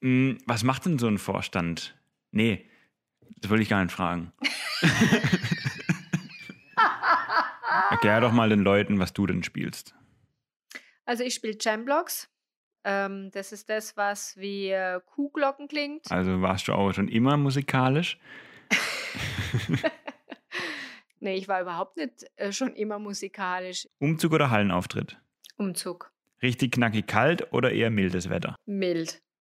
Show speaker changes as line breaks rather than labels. Hm, Was macht denn so ein Vorstand? Nee, das wollte ich gar nicht fragen. Erklär doch mal den Leuten, was du denn spielst.
Also ich spiele Jamblocks. Ähm, das ist das, was wie äh, Kuhglocken klingt.
Also warst du auch schon immer musikalisch?
Nee, ich war überhaupt nicht äh, schon immer musikalisch.
Umzug oder Hallenauftritt?
Umzug.
Richtig knackig kalt oder eher mildes Wetter?
Mild.